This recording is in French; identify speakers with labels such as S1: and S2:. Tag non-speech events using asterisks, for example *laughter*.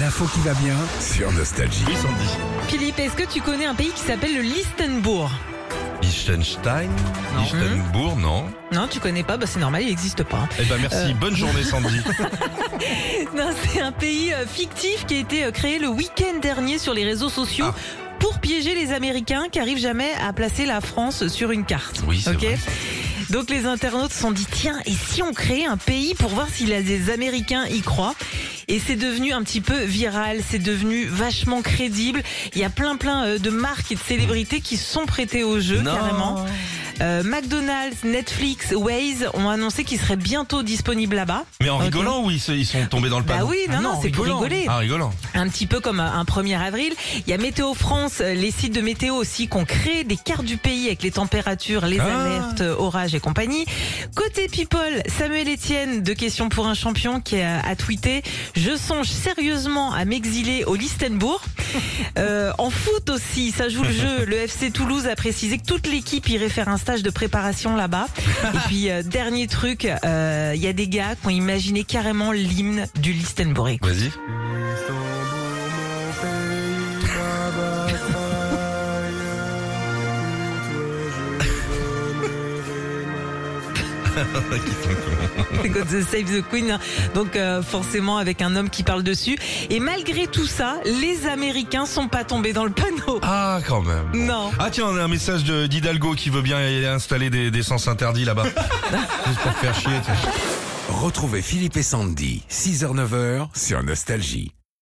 S1: L'info qui va bien sur Nostalgie.
S2: Philippe, est-ce que tu connais un pays qui s'appelle le Liechtenbourg
S3: Liechtenstein
S2: Non.
S3: Liechtenbourg, non
S2: Non, tu connais pas, bah c'est normal, il n'existe pas.
S3: Eh ben merci,
S2: Euh.
S3: bonne journée Sandy.
S2: Non, c'est un pays euh, fictif qui a été euh, créé le week-end dernier sur les réseaux sociaux pour piéger les Américains qui arrivent jamais à placer la France sur une carte.
S3: *laughs* Oui, c'est
S2: Ok
S3: vrai.
S2: Donc les internautes se sont dit tiens, et si on créait un pays pour voir si la- les Américains y croient et c'est devenu un petit peu viral, c'est devenu vachement crédible. Il y a plein plein euh, de marques et de célébrités qui se sont prêtées au jeu
S3: Non.
S2: carrément. Euh, McDonald's, Netflix, Waze ont annoncé qu'ils seraient bientôt disponibles là-bas.
S3: Mais en
S2: Ok.
S3: rigolant ou ils, se- ils sont tombés dans le
S2: Bah
S3: panneau
S2: oui, non, non, c'est pour rigoler.
S3: Ah, rigolant.
S2: Un petit peu comme euh, un 1er avril. Il y a Météo France, euh, les sites de météo aussi qu'on crée, des cartes du pays avec les températures, les
S3: Ah.
S2: alertes, euh, orages et compagnie. Côté People, Samuel Etienne de Question pour un champion qui a, a tweeté « Je songe sérieusement à m'exiler au Listenbourg Euh, En foot aussi, ça joue le jeu. Le FC Toulouse a précisé que toute l'équipe irait faire un stage de préparation là-bas. Et puis, euh, dernier truc, euh, il y a des gars qui ont imaginé carrément l'hymne du Listenbourg. Écoute.
S3: Vas-y.
S2: C'est *laughs* God Save the Queen, hein. donc euh, forcément avec un homme qui parle dessus. Et malgré tout ça, les Américains sont pas tombés dans le panneau.
S3: Ah, quand même.
S2: Non.
S3: Ah tiens, on a un message de- d'Hidalgo qui veut bien aller installer des, des sens interdits
S2: *laughs*
S3: là-bas. Juste pour faire chier. tiens.
S1: Retrouvez Philippe et Sandy, 6h-9h sur Nostalgie.